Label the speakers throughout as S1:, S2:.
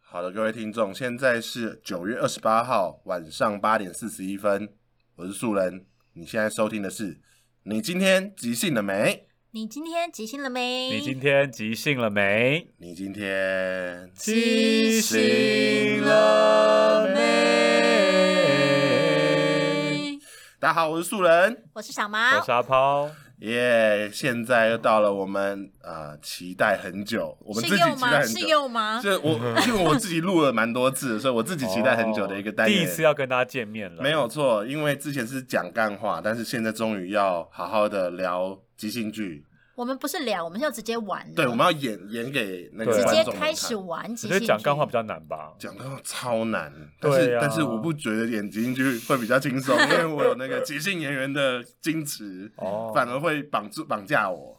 S1: 好的，各位听众，现在是九月二十八号晚上八点四十一分，我是素人。你现在收听的是《你今天即兴了没？
S2: 你今天即兴了没？
S3: 你今天即兴了没？
S1: 你今天
S2: 即兴了没？
S1: 大家好，我是素人，
S2: 我是小
S3: 我
S2: 毛，
S3: 是阿抛，
S1: 耶、现在又到了我们呃期待很久，我们自
S2: 是
S1: 己
S2: 又
S1: 期待
S2: 吗？
S1: 很
S2: 是
S1: 久。
S2: 又吗？
S1: 这我因为我自己录了蛮多次，所以我自己期待很久的一个单元。
S3: 哦第一次要跟大家见面了，
S1: 没有错，因为之前是讲干话，但是现在终于要好好的聊即兴剧。
S2: 我们不是聊，我们是要直接玩的。
S1: 对，我们要演演给那个
S3: 对
S2: 直
S1: 观
S2: 接
S1: 众们
S2: 开始
S1: 看。
S2: 玩即
S3: 我
S2: 兴
S3: 觉
S2: 剧。
S3: 得讲干话比较难吧？
S1: 讲干话超难，但是、
S3: 对啊
S1: 但是我不觉得演即兴剧会比较轻松，因为我有那个即兴演员的矜持，
S3: 哦，
S1: 反而会绑住绑架我。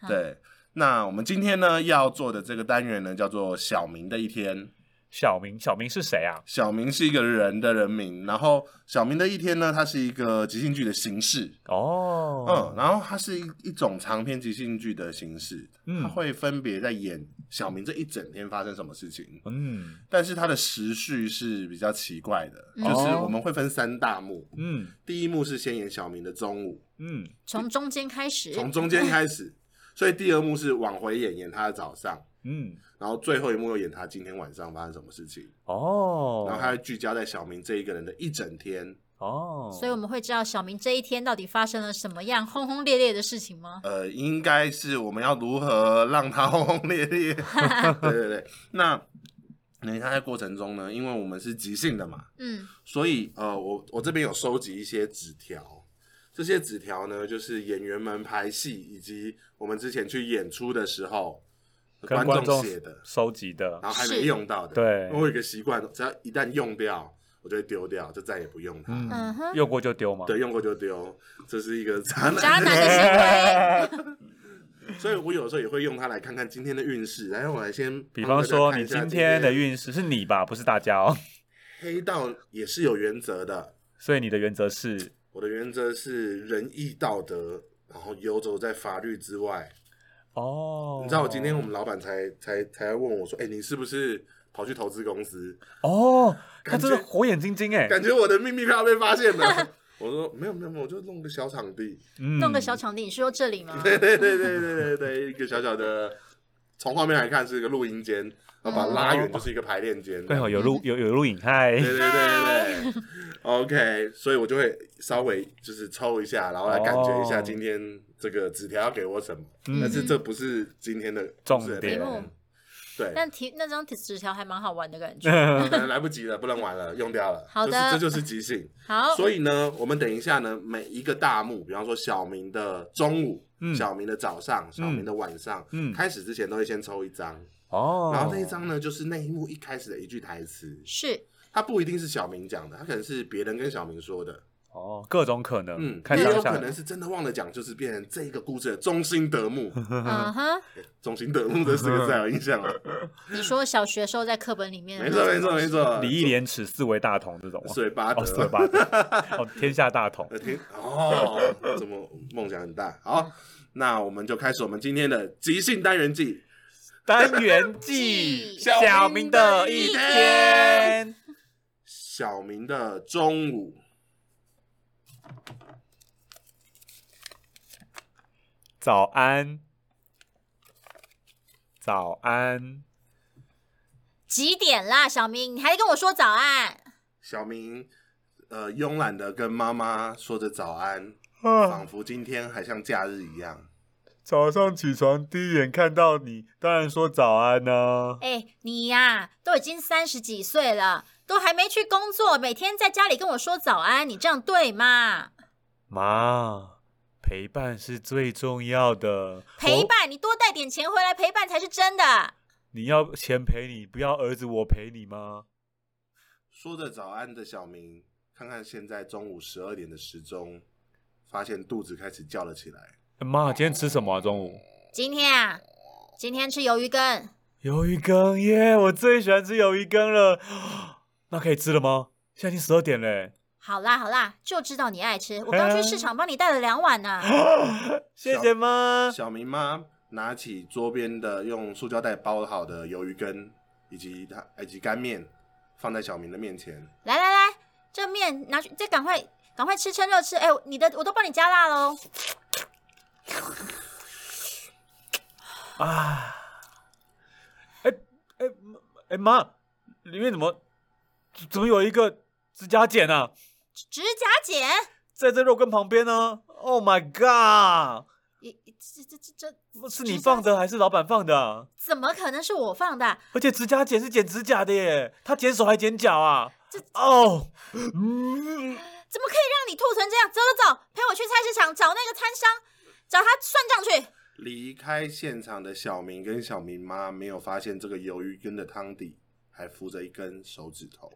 S2: 啊
S1: 对，那我们今天呢要做的这个单元呢叫做小明的一天。
S3: 小明，小明是谁啊？
S1: 小明是一个人的人名，然后小明的一天呢，它是一个即兴剧的形式。嗯
S3: 哦，，
S1: 然后它是一一种长篇即兴剧的形式，
S3: 嗯
S1: 它会分别在演小明这一整天发生什么事情，
S3: 嗯
S1: 但是它的时序是比较奇怪的，
S2: 嗯
S3: 哦
S1: 就是我们会分三大幕，
S3: 嗯
S1: 第一幕是先演小明的中午，
S3: 嗯，
S2: 从中间开始，
S1: 从中间开始，所以第二幕是往回演演他的早上，
S3: 嗯，
S1: 然后最后一幕又演他今天晚上发生什么事情，
S3: 哦，
S1: 然后他会聚焦在小明这一个人的一整天，
S3: 哦，
S2: 所以我们会知道小明这一天到底发生了什么样轰轰烈烈的事情吗？
S1: 呃，应该是我们要如何让它 轰轰烈烈。对对对，那你看在过程中呢，因为我们是即兴的嘛，
S2: 嗯，
S1: 所以呃，我我这边有收集一些纸条，这些纸条呢，就是演员们排戏以及我们之前去演出的时候
S3: 跟
S1: 观众写的，
S3: 收集的
S1: 然后还
S2: 是
S1: 没用到的。
S3: 对
S1: 我有一个习惯，只要一旦用掉，我就会丢掉，就再也不用它。
S3: 嗯
S2: 嗯哼
S3: 用过就丢嘛，
S1: 对，用过就丢，这是一个 渣男
S2: 渣男的行为。
S1: 所以我有时候也会用它来看看今天的运势，然后我来先
S3: 比方
S1: 帮大家
S3: 说
S1: 看
S3: 你
S1: 一下
S3: 今
S1: 今
S3: 天的运势是你吧，不是大家哦，
S1: 黑道也是有原则的，
S3: 所以你的原则是
S1: 我的原则是仁义道德，然后游走在法律之外。
S3: 哦，
S1: 你知道我今天我们老板才才才问我说，哎、你是不是跑去投资公司？
S3: 哦，他
S1: 感觉
S3: 真的火眼金睛哎，
S1: 感觉我的秘密票被发现了。我说没有没有没有，我就弄个小场地，
S3: 嗯
S2: 弄个小场地，你是说这里 吗？
S1: 对对对对对对对，一个小小的，从画面来看是一个录音间，然后把它拉远就是一个排练间。
S3: 对哦，有录有有录影嗨，
S1: 对对 对对对，OK，所以我就会稍微就是抽一下，然后来感觉一下
S3: 哦
S1: 今天这个纸条要给我什么。
S3: 嗯
S1: 但是这不是今天的
S3: 重
S1: 故事的
S3: 点
S1: 内容
S2: 题目
S1: 对，
S2: 但题那张纸条还蛮好玩的感 觉。
S1: 可能来不及了，不能玩了，用掉了。
S2: 好的
S1: 就是这就是即兴。
S2: 好，
S1: 所以呢，我们等一下呢，每一个大幕，比方说小明的中午、
S3: 嗯
S1: 小明的早上、小明的晚上，
S3: 嗯
S1: 开始之前都会先抽一张，
S3: 哦，
S1: 然后那一张呢，就是那一幕一开始的一句台词，
S2: 是
S1: 它不一定是小明讲的，它可能是别人跟小明说的。
S3: 哦，各种可能，
S1: 嗯，
S3: 看
S1: 也有
S3: 当
S1: 可
S3: 下
S1: 能是真的忘了讲，就是变成这个故事的中心德目。
S2: 嗯哼，
S1: 中心德目这四个字还有印象吗？
S2: 你说小学时候在课本里面的
S1: 没
S2: 那
S1: 错，没
S2: 种
S1: 错，
S2: 东西，
S1: 没错。
S3: 礼义廉耻，四维大同这种吗，
S1: 水巴
S3: 哦，
S1: 德，
S3: 四维大 同，哦，天下大同，
S1: 呃听哦，怎么梦想很大？好，那我们就开始我们今天的即兴单元记。
S3: 单元记，
S2: 小
S3: 小明
S2: 明
S3: 的
S2: 的
S3: 一
S2: 一
S3: 天，
S1: 小明的中午，
S3: 早安，早安，
S2: 几点啦，小明？你还跟我说早安？
S1: 小明呃慵懒的跟妈妈说着早安，
S3: 啊，
S1: 仿佛今天还像假日一样。
S3: 早上起床第一眼看到你，当然说早安啊呢、
S2: 哎、你呀、都已经三十几岁了，都还没去工作，每天在家里跟我说早安，你这样对吗？
S3: 妈，陪伴是最重要的，
S2: 陪
S3: 我。
S2: 伴，你多带点钱回来陪伴才是真的。
S3: 你要钱陪你，不要儿子我陪你吗？
S1: 说着早安的小明，看看现在中午十二点的时钟，发现肚子开始叫了起来。
S3: 哎妈，今天吃什么、啊？中午
S2: 今天啊，今天吃鱿鱼羹，
S3: 鱿鱼羹耶我最喜欢吃鱿鱼羹了。那可以吃了吗？现在已经十二点嘞。
S2: 好啦好啦，就知道你爱吃，我刚去市场帮你带了两碗呢、
S3: 谢谢妈。
S1: 小明妈拿起桌边的用塑胶袋包好的鱿鱼羹，以及他以及干面放在小明的面前。
S2: 来来来，这面拿去，再赶快赶快吃趁热吃。哎、你的我都帮你加辣喽。
S3: 啊！哎哎哎妈，里面怎么怎怎么有一个指甲剪啊？
S2: 指甲剪，
S3: 在这肉根旁边呢？Oh my god！
S2: 也这这这这
S3: 是
S2: 指
S3: 你
S2: 甲
S3: 放的还是老板放的啊？
S2: 怎么可能是我放的啊？
S3: 而且指甲剪是剪指甲的耶，他剪手还剪脚啊！哦，嗯，
S2: 怎么可以让你吐成这样？走走走，陪我去菜市场找那个摊商，找他算账去。
S1: 离开现场的小明跟小明妈没有发现这个鱿鱼羹的汤底还附着一根手指头。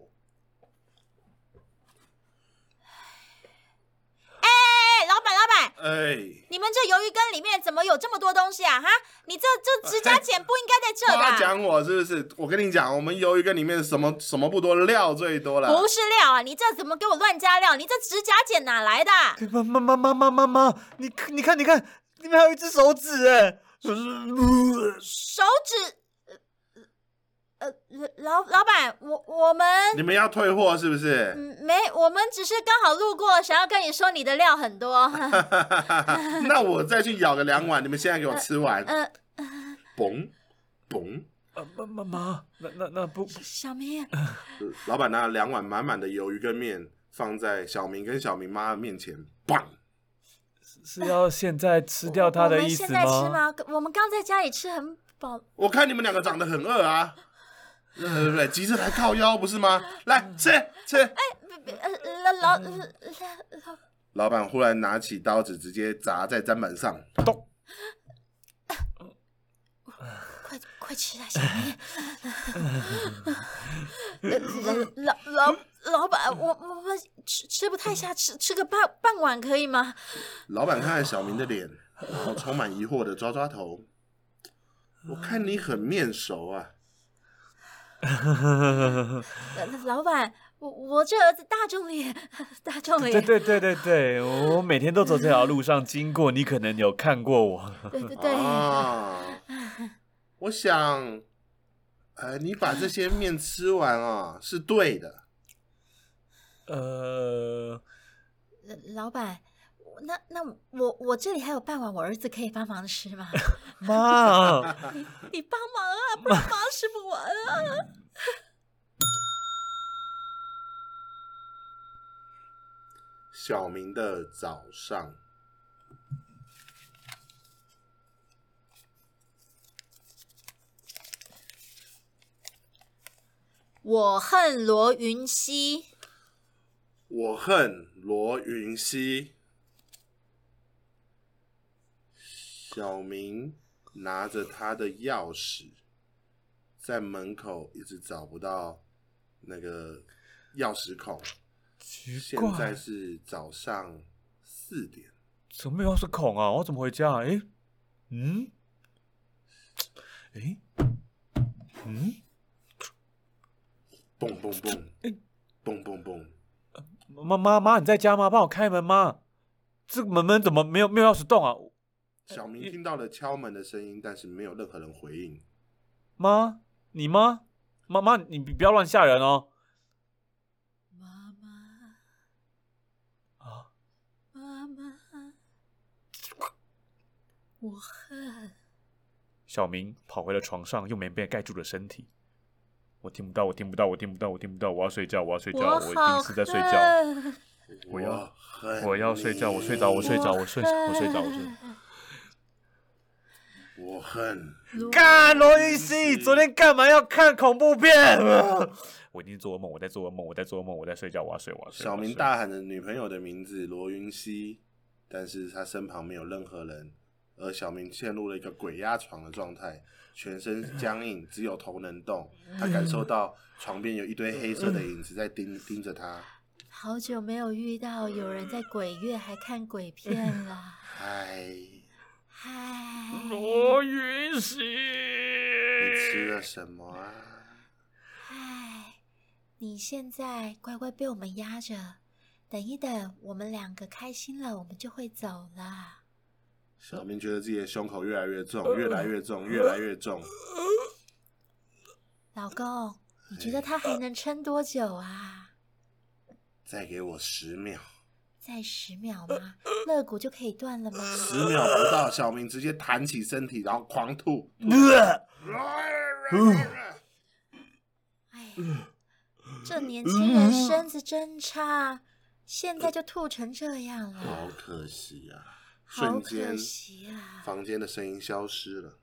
S2: 哎、老板老板，
S1: 哎、
S2: 你们这鱿鱼羹里面怎么有这么多东西啊？哈，你这这指甲剪不应该在这
S1: 他
S2: 的啊、
S1: 讲我是不是？我跟你讲，我们鱿鱼羹里面什么什么不多，料最多了。
S2: 不是料啊！你这怎么给我乱加料？你这指甲剪哪来的啊？
S3: 妈妈妈妈妈妈妈，你看你看你看，里面还有一只手指哎！
S2: 手指，呃呃，老老板，我我们
S1: 你们要退货是不是？
S2: 嗯没，我们只是刚好路过，想要跟你说你的料很多。
S1: 啊 那我再去舀个两碗，你们现在给我吃完。
S2: 呃，
S1: 嘣嘣，
S3: 啊妈妈妈，那那那不
S2: 小明，
S1: 老板拿了两碗满满的鱿鱼羹面放在小明跟小明妈面前，棒！
S3: 是要现在吃 掉它的意
S2: 我
S3: 思
S2: 们现在吃？吗？我们刚在家里吃很饱，
S1: 我看你们两个长得很饿啊， 对对对，急着来靠腰不是吗？来吃吃。
S2: 呃呃老老老
S1: 老板忽然拿起刀子，直接砸在砧板上。
S3: 咚！
S2: 快快吃啊，小明！老老老老板，我我们吃吃不太下，吃吃个半半碗可以吗？
S1: 老板看看小明的脸，然后充满疑惑的抓抓头。我看你很面熟啊，
S2: 呃老板，我我这儿子大众脸，大众
S3: 对
S2: 脸，
S3: 对对对对，我每天都走这条路上经过，你可能有看过我。
S2: 对对对，
S1: 啊，我想，呃，你把这些面吃完啊，是对的。
S3: 呃，
S2: 呃老板。我那那我我这里还有半碗，我儿子可以帮忙吃吗？
S3: 妈，
S2: 你帮忙啊，不然忙吃不完啊！
S1: 小明的早上，
S2: 我恨罗云熙，
S1: 我恨罗云熙。小明拿着他的钥匙，在门口一直找不到那个钥匙孔。
S3: 奇
S1: 现在
S3: 怪，
S1: 是早上四点。
S3: 怎么有钥匙孔啊？我怎么回家啊？诶，嗯，诶，嗯，
S1: 蹦蹦蹦
S3: 哎，
S1: 蹦蹦蹦，
S3: 妈妈妈，你在家吗？帮我开门吗？这个门门怎么没有没有钥匙洞啊？
S1: 小明听到了敲门的声音，但是没有任何人回应。
S3: 妈，你妈，妈妈，你不要乱吓人哦。
S2: 妈妈
S3: 啊，
S2: 妈妈，我恨
S3: 小明跑回了床上，用棉被盖住了身体。我听不到，我听不到，我听不到，我听不到，我要睡觉，我要睡觉，我一
S2: 好
S3: 定是在睡觉，
S2: 恨
S3: 我要
S1: 恨
S3: 我要睡觉我睡着我睡着我睡着我睡着我睡着
S1: 我恨
S2: 罗
S3: 干罗云熙，昨天干嘛要看恐怖片？ 啊我一定是做噩梦，我在做噩梦，我在做噩梦，我在睡觉，我要睡，我要睡。
S1: 小
S3: 我要
S1: 明
S3: 睡
S1: 大喊着女朋友的名字罗云熙，但是他身旁没有任何人，而小明陷入了一个鬼压床的状态，全身僵硬，只有头能动。他感受到床边有一堆黑色的影子在盯盯着他。
S2: 好久没有遇到有人在鬼月还看鬼片了，
S1: 嗨，
S2: 嗨，
S3: 罗云熙，
S1: 你吃了什么啊？
S2: 嗨，你现在乖乖被我们压着，等一等，我们两个开心了，我们就会走了。
S1: 小明觉得自己的胸口越来越重，越来越重，越来越重。
S2: 老老公，你觉得
S3: 哎
S2: 他还能撑多久啊？
S1: 再给我十秒，
S2: 再十秒吗？肋骨就可以断了吗？
S1: 十秒不到，小明直接弹起身体，然后狂吐。
S2: 哎呀， 这年轻人身子真差，现在就吐成这样
S1: 好
S2: 了，
S1: 可惜啊！
S2: 好
S1: 瞬
S2: 可
S1: 间，
S2: 惜啊！
S1: 房间的声音消失了。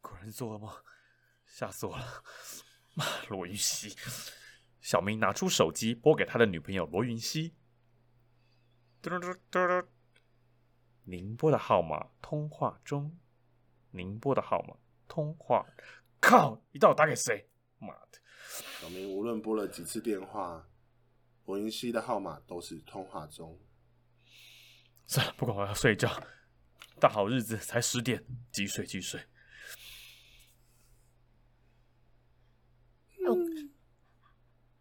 S3: 果然是做噩梦，吓死我了！ 妈，罗云熙！小明拿出手机拨给他的女朋友罗云熙。嘟嘟嘟嘟嘟，您拨的号码通话中。您拨的号码通话，靠！你到底打给谁？妈的！
S1: 小明无论拨了几次电话，罗云熙的号码都是通话中。
S3: 算了，不管我要睡觉。大好日子才十点，急睡急睡。
S2: 哎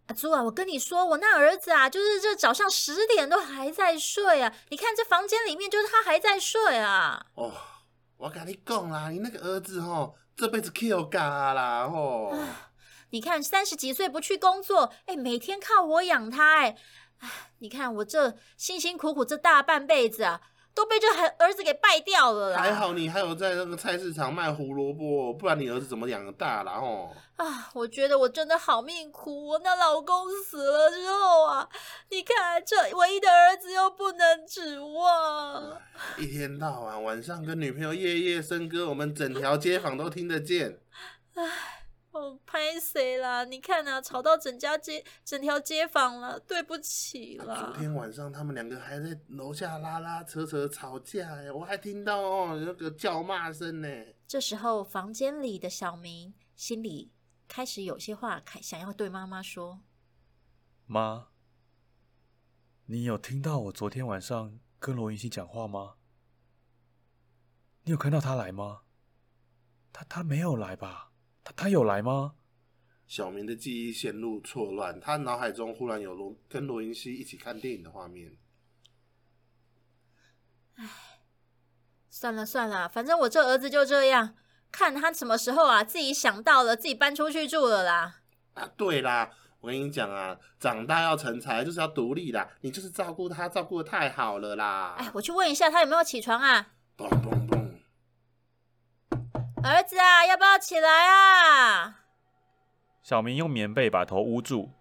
S2: 阿朱啊，我跟你说，我那儿子啊，就是这早上十点都还在睡啊！你看这房间里面，就是他还在睡啊！
S1: 哦，我跟你讲啦，你那个儿子吼，这辈子 kill 嘎啦吼。
S2: 你看三十几岁不去工作，哎，每天靠我养他，哎，哎，你看我这辛辛苦苦这大半辈子啊，都被这孩儿子给败掉了啦！
S1: 还好你还有在那个菜市场卖胡萝卜，不然你儿子怎么养得大啦吼？
S2: 啊，我觉得我真的好命苦。我那老公死了之后啊，你看这唯一的儿子又不能指望。
S1: 一天到晚晚上跟女朋友夜夜笙歌，我们整条街坊都听得见。
S2: 哦，拍谁啦？你看啊，吵到整家街、整条街坊了，对不起
S1: 啊昨
S2: 啦。
S1: 天晚上他们两个还在楼下拉拉扯扯吵架哎，我还听到哦那个叫骂声呢。
S2: 这时候，房间里的小明心里开始有些话开想要对妈妈说。
S3: 妈，你有听到我昨天晚上跟罗云熙讲话吗？你有看到他来吗？他他没有来吧？他他有来吗？
S1: 小明的记忆陷入错乱，他脑海中忽然有罗跟罗云熙一起看电影的画面。
S2: 算了算了，反正我这儿子就这样，看他什么时候啊，自己想到了，自己搬出去住了啦。
S1: 啊，对啦，我跟你讲啊，长大要成才就是要独立啦，你就是照顾他照顾的太好了啦。
S2: 哎，我去问一下他有没有起床啊？
S1: 嘣嘣嘣！
S2: 儿子啊，要不要起来啊？
S3: 小明用棉被把头捂住，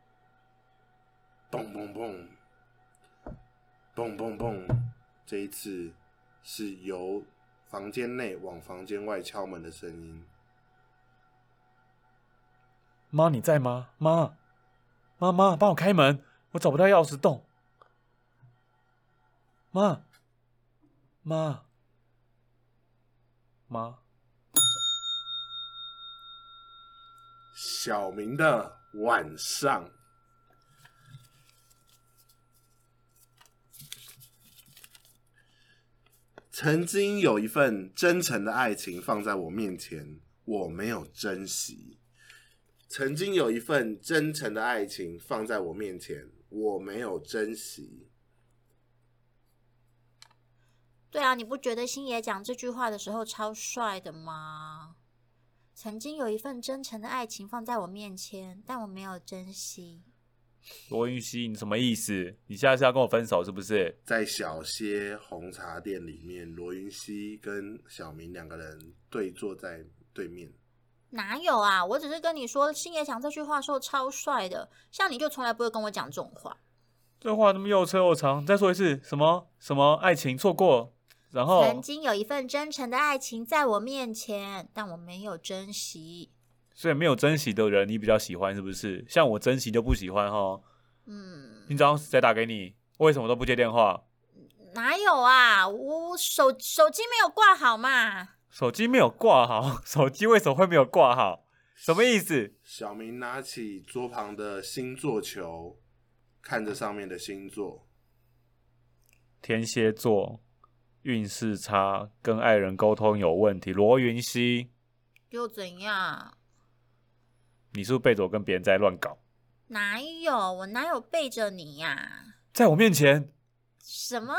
S1: 嘣嘣嘣，嘣嘣嘣！这一次是由房间内往房间外敲门的声音。
S3: 妈你在吗？妈，妈妈帮我开门，我找不到钥匙洞。妈，妈，妈，
S1: 小明的晚上，曾经有一份真诚的爱情放在我面前，我没有珍惜。曾经有一份真诚的爱情放在我面前，我没有珍惜。
S2: 对啊，你不觉得星爷讲这句话的时候超帅的吗？曾经有一份真诚的爱情放在我面前，但我没有珍惜。
S3: 罗云熙，你什么意思？你现在是要跟我分手是不是？
S1: 在小歇红茶店里面，罗云熙跟小明两个人对坐在对面。
S2: 哪有啊？我只是跟你说，星爷讲这句话的时候超帅的，像你就从来不会跟我讲这种话。
S3: 这话那么又臭又长，再说一次，什么什么爱情错过，然后
S2: 曾经有一份真诚的爱情在我面前，但我没有珍惜。
S3: 所以没有珍惜的人，你比较喜欢是不是？像我珍惜就不喜欢哈。
S2: 嗯，
S3: 今早上谁打给你？为什么都不接电话？
S2: 哪有啊？我我手手机没有挂好嘛。
S3: 手机没有挂好， 手机为什么会没有挂好？什么意思？
S1: 小明拿起桌旁的星座球，看着上面的星座。
S3: 天蝎座运势差，跟爱人沟通有问题。罗云熙，
S2: 又怎样？
S3: 你是不是背着我跟别人在乱搞？
S2: 哪有？我哪有背着你呀、
S3: 在我面前，
S2: 什么？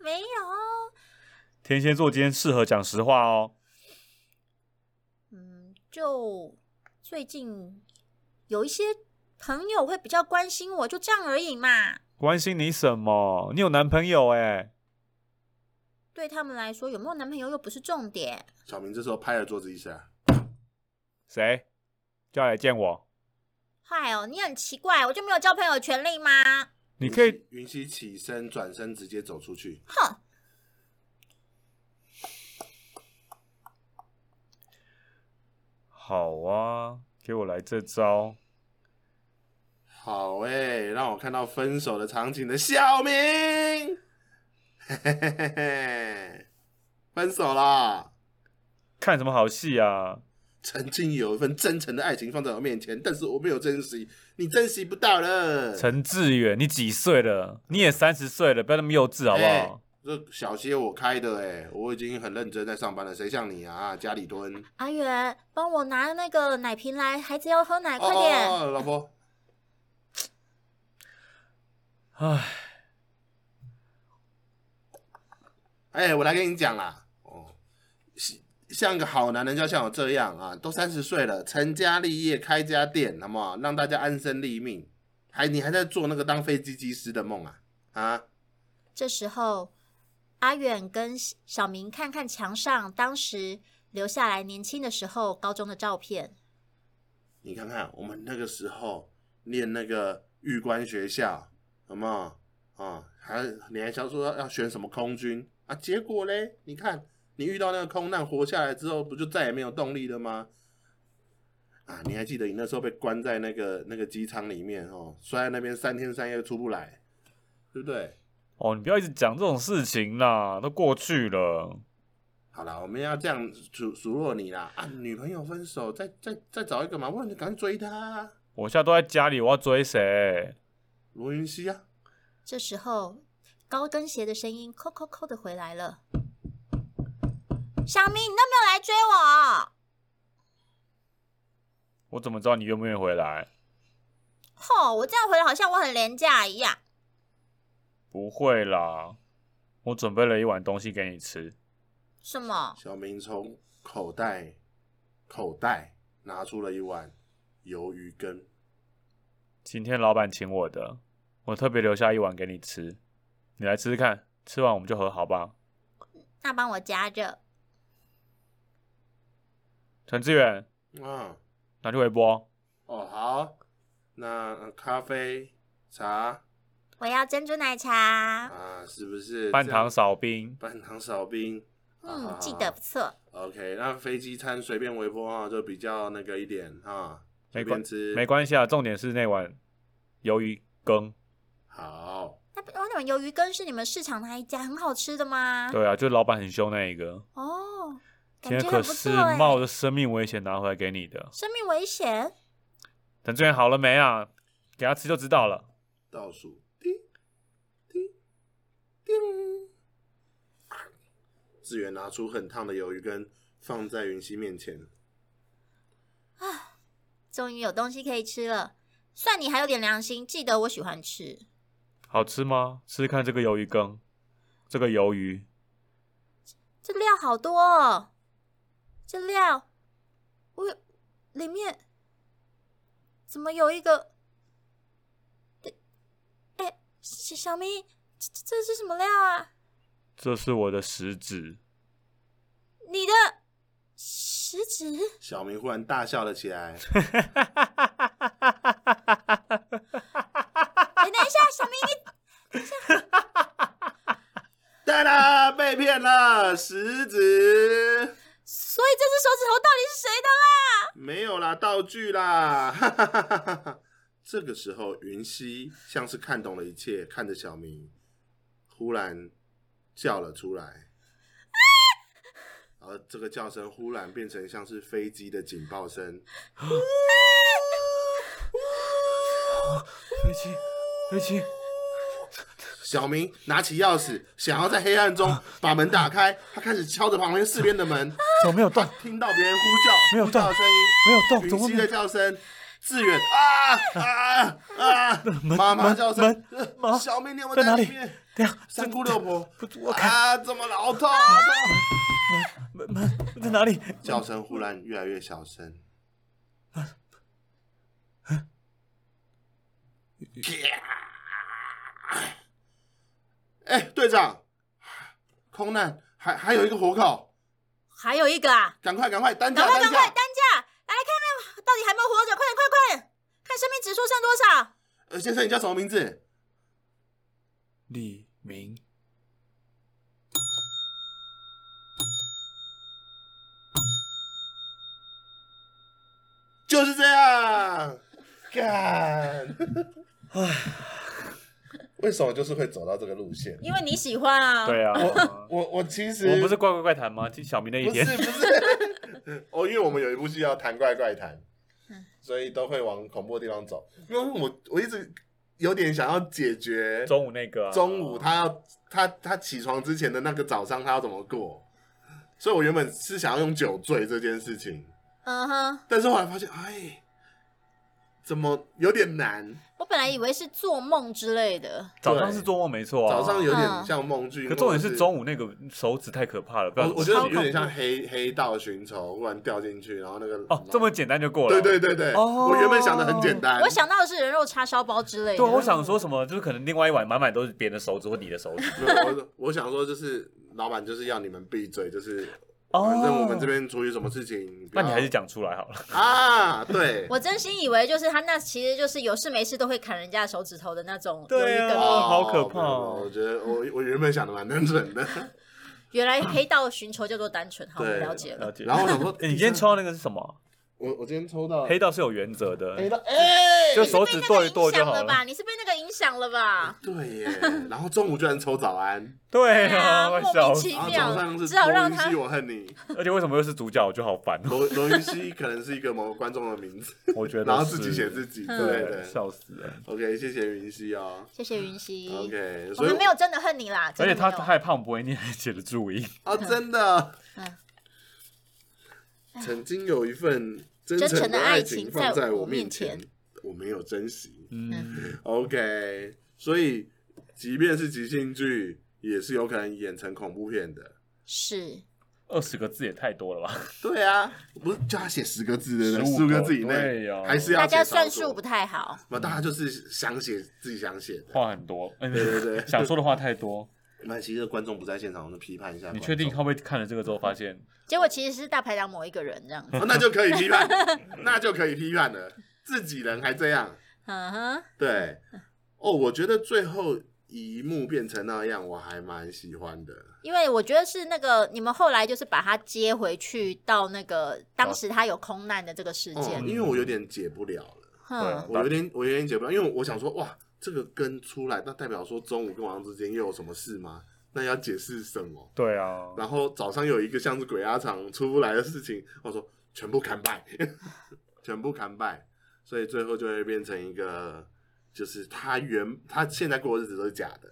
S2: 没有。
S3: 天蝎座今天适合讲实话哦。
S2: 嗯，就最近有一些朋友会比较关心我，就这样而已嘛。
S3: 关心你什么？你有男朋友哎、
S2: 对他们来说，有没有男朋友又不是重点。
S1: 小明这时候拍了桌子一下，
S3: 谁叫来见我？
S2: 嗨哦，你很奇怪，我就没有交朋友的权利吗？
S3: 你可以
S1: 云溪起身转身直接走出去。
S2: 哼，
S3: 好啊，给我来这招。
S1: 好诶、让我看到分手的场景的小明，嘿嘿嘿嘿嘿，分手啦！
S3: 看什么好戏啊？
S1: 曾经有一份真诚的爱情放在我面前，但是我没有珍惜，你珍惜不到了。
S3: 陈志远，你几岁了？你也三十岁了，不要那么幼稚好不好？
S1: 哎这小歇我开的哎、我已经很认真在上班了，谁像你啊？家里蹲，
S2: 阿远，帮我拿那个奶瓶来，孩子要喝奶，啊快
S1: 哦哦
S2: 点。
S1: 哦老婆，
S3: 唉，
S1: 哎、我来跟你讲啦，哦，是像个好男人就要像我这样啊，都三十岁了，成家立业，开家店，好不好？让大家安身立命，还你还在做那个当飞机机师的梦啊啊！
S2: 这时候，阿远跟小明看看墙上当时留下来年轻的时候高中的照片。
S1: 你看看我们那个时候念那个玉官学校，有没有啊、还你还想说要要选什么空军啊？结果嘞，你看你遇到那个空难活下来之后，不就再也没有动力了吗？啊，你还记得你那时候被关在那个那个机舱里面哦，摔在那边三天三夜出不来，对不对？
S3: 哦，你不要一直讲这种事情啦，都过去了。
S1: 好啦，我们要这样数数落你啦啊！女朋友分手，再再再找一个嘛，不然你赶快追她、啊，
S3: 我现在都在家里，我要追谁？
S1: 罗云熙啊！
S2: 这时候，高跟鞋的声音扣扣扣的回来了。小明，你都没有来追我，
S3: 我怎么知道你愿不愿意回来？
S2: 吼、我这样回来好像我很廉价一样。
S3: 不会啦，我准备了一碗东西给你吃。
S2: 什么？
S1: 小明从口袋口袋拿出了一碗鱿鱼羹，
S3: 今天老板请我的，我特别留下一碗给你吃，你来吃吃看，吃完我们就和好吧。
S2: 那帮我夹着。
S3: 陈志远，
S1: 啊，
S3: 拿去微波。
S1: 哦好，那呃咖啡茶
S2: 我要珍珠奶茶。
S1: 啊，是不是
S3: 半
S1: 这样
S3: 糖少冰，
S1: 半糖少冰？啊好
S2: 嗯，记得不。错。
S1: 好好 OK，那飞机餐随便微波啊，就比较那个一点啊，随
S3: 没
S1: 便
S3: 关
S1: 吃
S3: 没关系啊，重点是那碗鱿鱼羹。
S1: 好。
S2: 那不哦，那碗鱿鱼羹是你们市场那一家很好吃的吗？
S3: 对啊，就是老板很凶那一个，
S2: 哦，
S3: 今
S2: 感
S3: 天欸
S2: 觉
S3: 可
S2: 很不
S3: 是
S2: 错哎。
S3: 冒着生命危险拿回来给你的。
S2: 生命危险，
S3: 陈志远好了没啊？给他吃就知道了。
S1: 倒数，叮叮叮。志远拿出很烫的鱿鱼羹，放在云溪面前。
S2: 终于有东西可以吃了。算你还有点良心，记得我喜欢吃。
S3: 好吃吗？吃吃看这个鱿鱼羹，这个鱿鱼
S2: 这料好多哦，这料，我里面怎么有一个？哎，哎小小咪，这这是什么料啊？
S3: 这是我的食指。
S2: 你的食指？哎
S1: 小明忽然大笑了起来。
S2: 哎，等一下，小咪，你
S1: 哒哒，被骗了，食指
S2: 所以这只手指头到底是谁的啦？
S1: 没有啦，道具啦。 哈哈哈哈哈。这个时候，云溪像是看懂了一切，看着小明，忽然叫了出来。而这个叫声忽然变成像是飞机的警报声，
S3: 飞机，飞机，
S1: 小明拿起钥匙，想要在黑暗中把门打开，他开始敲着旁边四边的门。
S3: 怎么没有
S1: 他？听到别人呼叫，
S3: 没有
S1: 呼叫
S3: 动
S1: 的声音，
S3: 没有动怎
S1: 云
S3: 么
S1: 溪
S3: 没
S1: 的
S3: 有
S1: 叫声，志远啊啊啊！妈妈叫声呃
S3: 门门，
S1: 小明，你有没有
S3: 在哪里
S1: 里面？
S3: 对呀，
S1: 三姑六婆，
S3: 不我看
S1: 啊，怎么了？好痛！好痛！
S3: 门门在哪里？
S1: 叫声忽然越来越小声。哎，队长，空难还还有一个活口，
S2: 还有一个啊，
S1: 赶快赶快担
S2: 赶
S1: 架
S2: 快
S1: 担
S2: 赶快
S1: 架
S2: 担！架，来看看到底还有没有活着，快点快点快点，看生命指数剩多少。
S1: 呃，先生，你叫什么名字？
S3: 李明，
S1: 就是这样，干。为什么就是会走到这个路线？
S2: 因为你喜欢啊，
S3: 对啊，我
S1: 我我其实
S3: 我不是怪怪怪谈吗？就小明那一
S1: 不
S3: 天
S1: 是，不是 哦，因为我们有一部戏要谈怪怪谈，所以都会往恐怖的地方走。因为我我一直有点想要解决
S3: 中午那个啊
S1: 中午他要他他起床之前的那个早上他要怎么过，所以我原本是想要用酒醉这件事情，
S2: 嗯哼，
S1: 但是后来发现，哎，怎么有点难？
S2: 我本来以为是做梦之类的，
S3: 早上是做梦没错啊，
S1: 早上有点
S2: 嗯
S1: 像梦剧，
S3: 可重
S1: 或
S3: 点
S1: 者
S3: 是。中午那个手指太可怕了，不要
S1: 我我觉得
S2: 超
S1: 有点像
S2: 恐
S1: 黑黑道寻仇，忽然掉进去，然后那个
S3: 哦这么简单就过
S1: 对
S3: 了。
S1: 对对对，
S3: 哦
S1: 我原本想的很简单，
S2: 我想到的是人肉叉烧包之类的。
S3: 对啊，我想说什么，就是可能另外一碗满满都是别人的手指或你的手指。
S1: 没有，我我想说就是老板就是要你们闭嘴，就是
S3: 哦，
S1: 反正我们这，边处理什么事情，不
S3: 那
S1: 要
S3: 你还是讲出来好了。
S1: 啊，对，
S2: 我真心以为就是他那其实就是有事没事都会砍人家手指头的那种鱿鱼
S3: 对啊
S2: 羹面，
S1: 哦
S3: 好可怕哦
S1: 我觉得我我原本想的蛮单纯 的，
S2: 原来黑道寻仇叫做单纯，好，我
S1: 对
S2: 了解了。
S3: 解
S1: 然后我想说，
S3: 欸你今天抽到那个是什么？
S1: 我我今天抽到
S3: 黑道是有原则的，
S1: 黑到哎，
S3: 就手指剁一剁
S2: 你是被那个影
S3: 就
S2: 响
S3: 好
S2: 了吧？。你是被那个影响了吧？
S1: 对耶，然后中午居然抽早安，
S3: 对
S2: 啊，
S3: 啊，我
S2: 莫
S3: 笑
S2: 名
S3: 死
S2: 其
S1: 然后
S2: 妙
S1: 啊早上是，
S2: 只好
S1: 罗
S2: 让
S1: 云
S2: 他
S1: 熙我恨你，
S3: 而且为什么又是主角，我就好烦 哦。
S1: 罗罗云熙可能是一个某个观众的名字，
S3: 我觉得是，
S1: 然后自己写自己
S2: 嗯
S1: 之类
S3: 对，
S1: 的。
S3: 笑死人。
S1: OK，谢谢云熙哦。
S2: 谢谢云溪。
S1: OK，
S2: 我
S1: 所以
S2: 们没有真的恨你啦，
S3: 而
S2: 真
S3: 且
S2: 的
S3: 他
S2: 没有
S3: 太胖不会念，还写的注音。
S1: 啊，真的
S2: 嗯。
S1: 曾经有一份真
S2: 真诚
S1: 诚
S2: 的爱
S1: 爱
S2: 情
S1: 放
S2: 在
S1: 在
S2: 我
S1: 我
S2: 面
S1: 面前
S2: 前，
S1: 我没有珍惜。
S3: 嗯，
S1: OK，所以即便是即兴剧，也是有可能演成恐怖片的。
S2: 是
S3: 二十个字也太多了吧？
S1: 对啊，不是叫他写十个字的，
S3: 15
S1: 十五个字以
S3: 对
S1: 内
S3: 呀，
S1: 还是要
S2: 大家
S1: 写超
S2: 算
S1: 过
S2: 数不？太好。
S1: 不，大家就是想写自己想写的。
S3: 话很多，对
S1: 对对
S3: 想说的话太多。
S1: 那其实观众不在现场，我们批判一下。
S3: 你确定他
S1: 观
S3: 会看了这个之后发现？
S2: 结果其实是大排档某一个人这样子。
S1: 众？哦那就可以批判， 那就可以批判了。自己人还这样，
S2: 嗯哼，
S1: 对，哦，我觉得最后一幕变成那样，我还蛮喜欢的。
S2: 因为我觉得是那个你们后来就是把他接回去到那个
S1: 啊
S2: 当时他有空难的这个事
S1: 哦，
S2: 件。
S1: 因为我有点解不了了，
S3: 嗯
S2: 哼，
S1: 我有点我有点解不了，因为我想说，哇，这个跟出来，那代表说中午跟晚上之间又有什么事吗？那要解释什么？
S3: 对啊，
S1: 然后早上有一个像是鬼压床出不来的事情，我说全部砍败， 全部砍败，所以最后就会变成一个，就是他原他现在过的日子都是假的，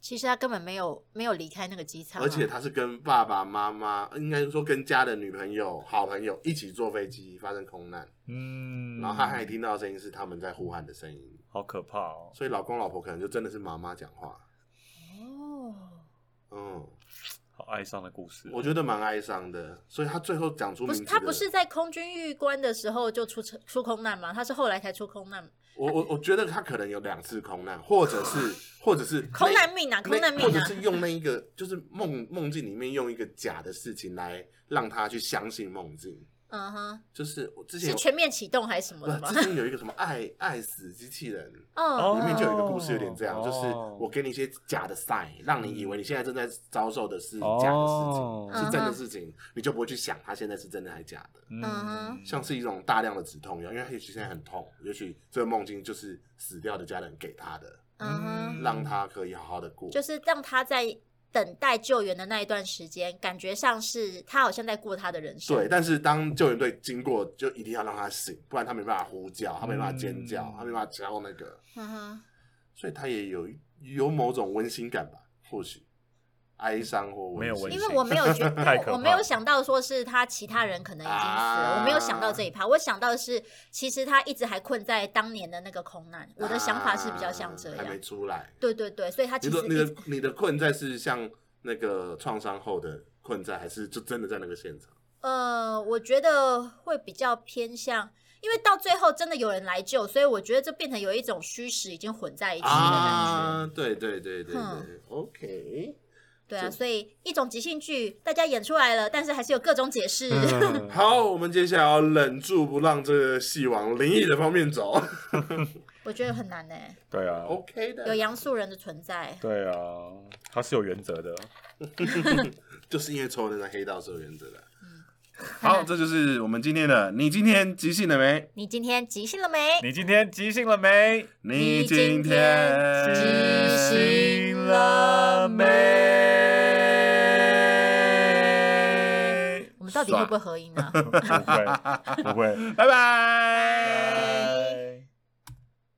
S2: 其实他根本没有没有离开那个机场啊、
S1: 而且他是跟爸爸妈妈，应该说跟家的女朋友、好朋友一起坐飞机发生空难，
S3: 嗯，
S1: 然后他还听到的声音是他们在呼喊的声音，
S3: 好可怕哦。
S1: 所以老公老婆可能就真的是妈妈讲话。
S2: 哦，
S1: 嗯，
S3: 好哀伤的故事。
S1: 我觉得蛮哀伤的，所以他最后讲出
S2: 不
S1: 名
S2: 是
S1: 字
S2: 他
S1: 的
S2: 不是在空军预关的时候就出车出空难吗？他是后来才出空难，
S1: 我我我觉得他可能有两次空难，或者
S3: 啊
S1: 是或者是
S2: 空
S1: 那
S2: 难命啊，
S1: 那
S2: 空难命
S1: 或者
S2: 啊，
S1: 是用那一个就是梦梦境里面用一个假的事情来让他去相信梦境，
S2: 嗯哼，
S1: 就是我之前
S2: 是
S1: 有
S2: 全面启动还是什么
S1: 不
S2: 的
S1: 是
S2: 吗？
S1: 之前有一个什么爱爱死机器人。
S2: 哦，
S1: 里面就有一个
S3: 哦
S1: 故事，有点这样，就是
S3: 哦
S1: 我给你一些假的 sign，让你以为你现在正在遭受的是假的事情，
S3: 哦
S2: 嗯
S1: 是真的事情，你就不会去想它现在是真的还是假的。
S2: 嗯
S1: 像是一种大量的止痛药，因为他也许现在很痛，也许这个梦境就是死掉的家人给他的，
S2: 嗯哼。
S1: 让他可以好好的过。
S2: 就是让他在等待救援的那一段时间，感觉上是他好像在过他的人生。
S1: 对，，但是当救援队经过，就一定要让他醒，不然他没办法呼叫，他没办法尖叫，
S3: 嗯
S1: 他没办法叫那个，
S2: 嗯哼，
S1: 所以他也有有某种温馨感吧，或许。哀伤或
S3: 没有
S1: 温
S3: 温
S2: 因
S1: 馨
S3: 馨。
S2: 为我没有 觉
S3: 太
S2: 得，
S3: 可怕
S2: 我没有想到说是他其他人可能已经死了，
S1: 啊
S2: 我没有想到这一趴，我想到的是其实他一直还困在当年的那个空难，我的想法是比较像这
S1: 啊还没
S2: 样，
S1: 出来。
S2: 对对对，所以他其
S1: 你
S2: 实
S1: 的、你
S2: 一直
S1: 的、你的困在是像那个创伤后的困在，还是就真的在那个现场？
S2: 呃，我觉得会比较偏向，因为到最后真的有人来救，所以我觉得这变成有一种虚实已经混在一起的感觉，
S1: 啊，对对对对对
S2: 哼
S1: ，OK。
S2: 对啊，
S1: 这
S2: 所以一种即兴剧大家演出来了，但是还是有各种解释。
S1: 嗯
S3: 嗯
S1: 好，我们接下来要忍住不让这个戏往灵异的方面走。
S2: 我觉得很难呢、
S3: 对 啊，
S1: OK
S2: 有
S1: 的，
S2: 杨素人的存在，
S3: 对啊，他是有原则的。
S1: 就是因为抽那张黑道是有原则的。
S2: 看
S1: 嗯好，
S2: 看
S1: 这就是我们今天的。你今天即兴了没？
S2: 你今天即兴了没？
S3: 你今天即兴了 没？
S1: 你
S2: 你
S1: 今
S2: 今
S1: 天
S2: 天
S1: 即
S2: 即
S1: 兴
S2: 兴
S3: 了没？
S2: 我们到底会不会合音呢、啊？
S3: 不会，不会。
S1: 拜拜。
S3: 拜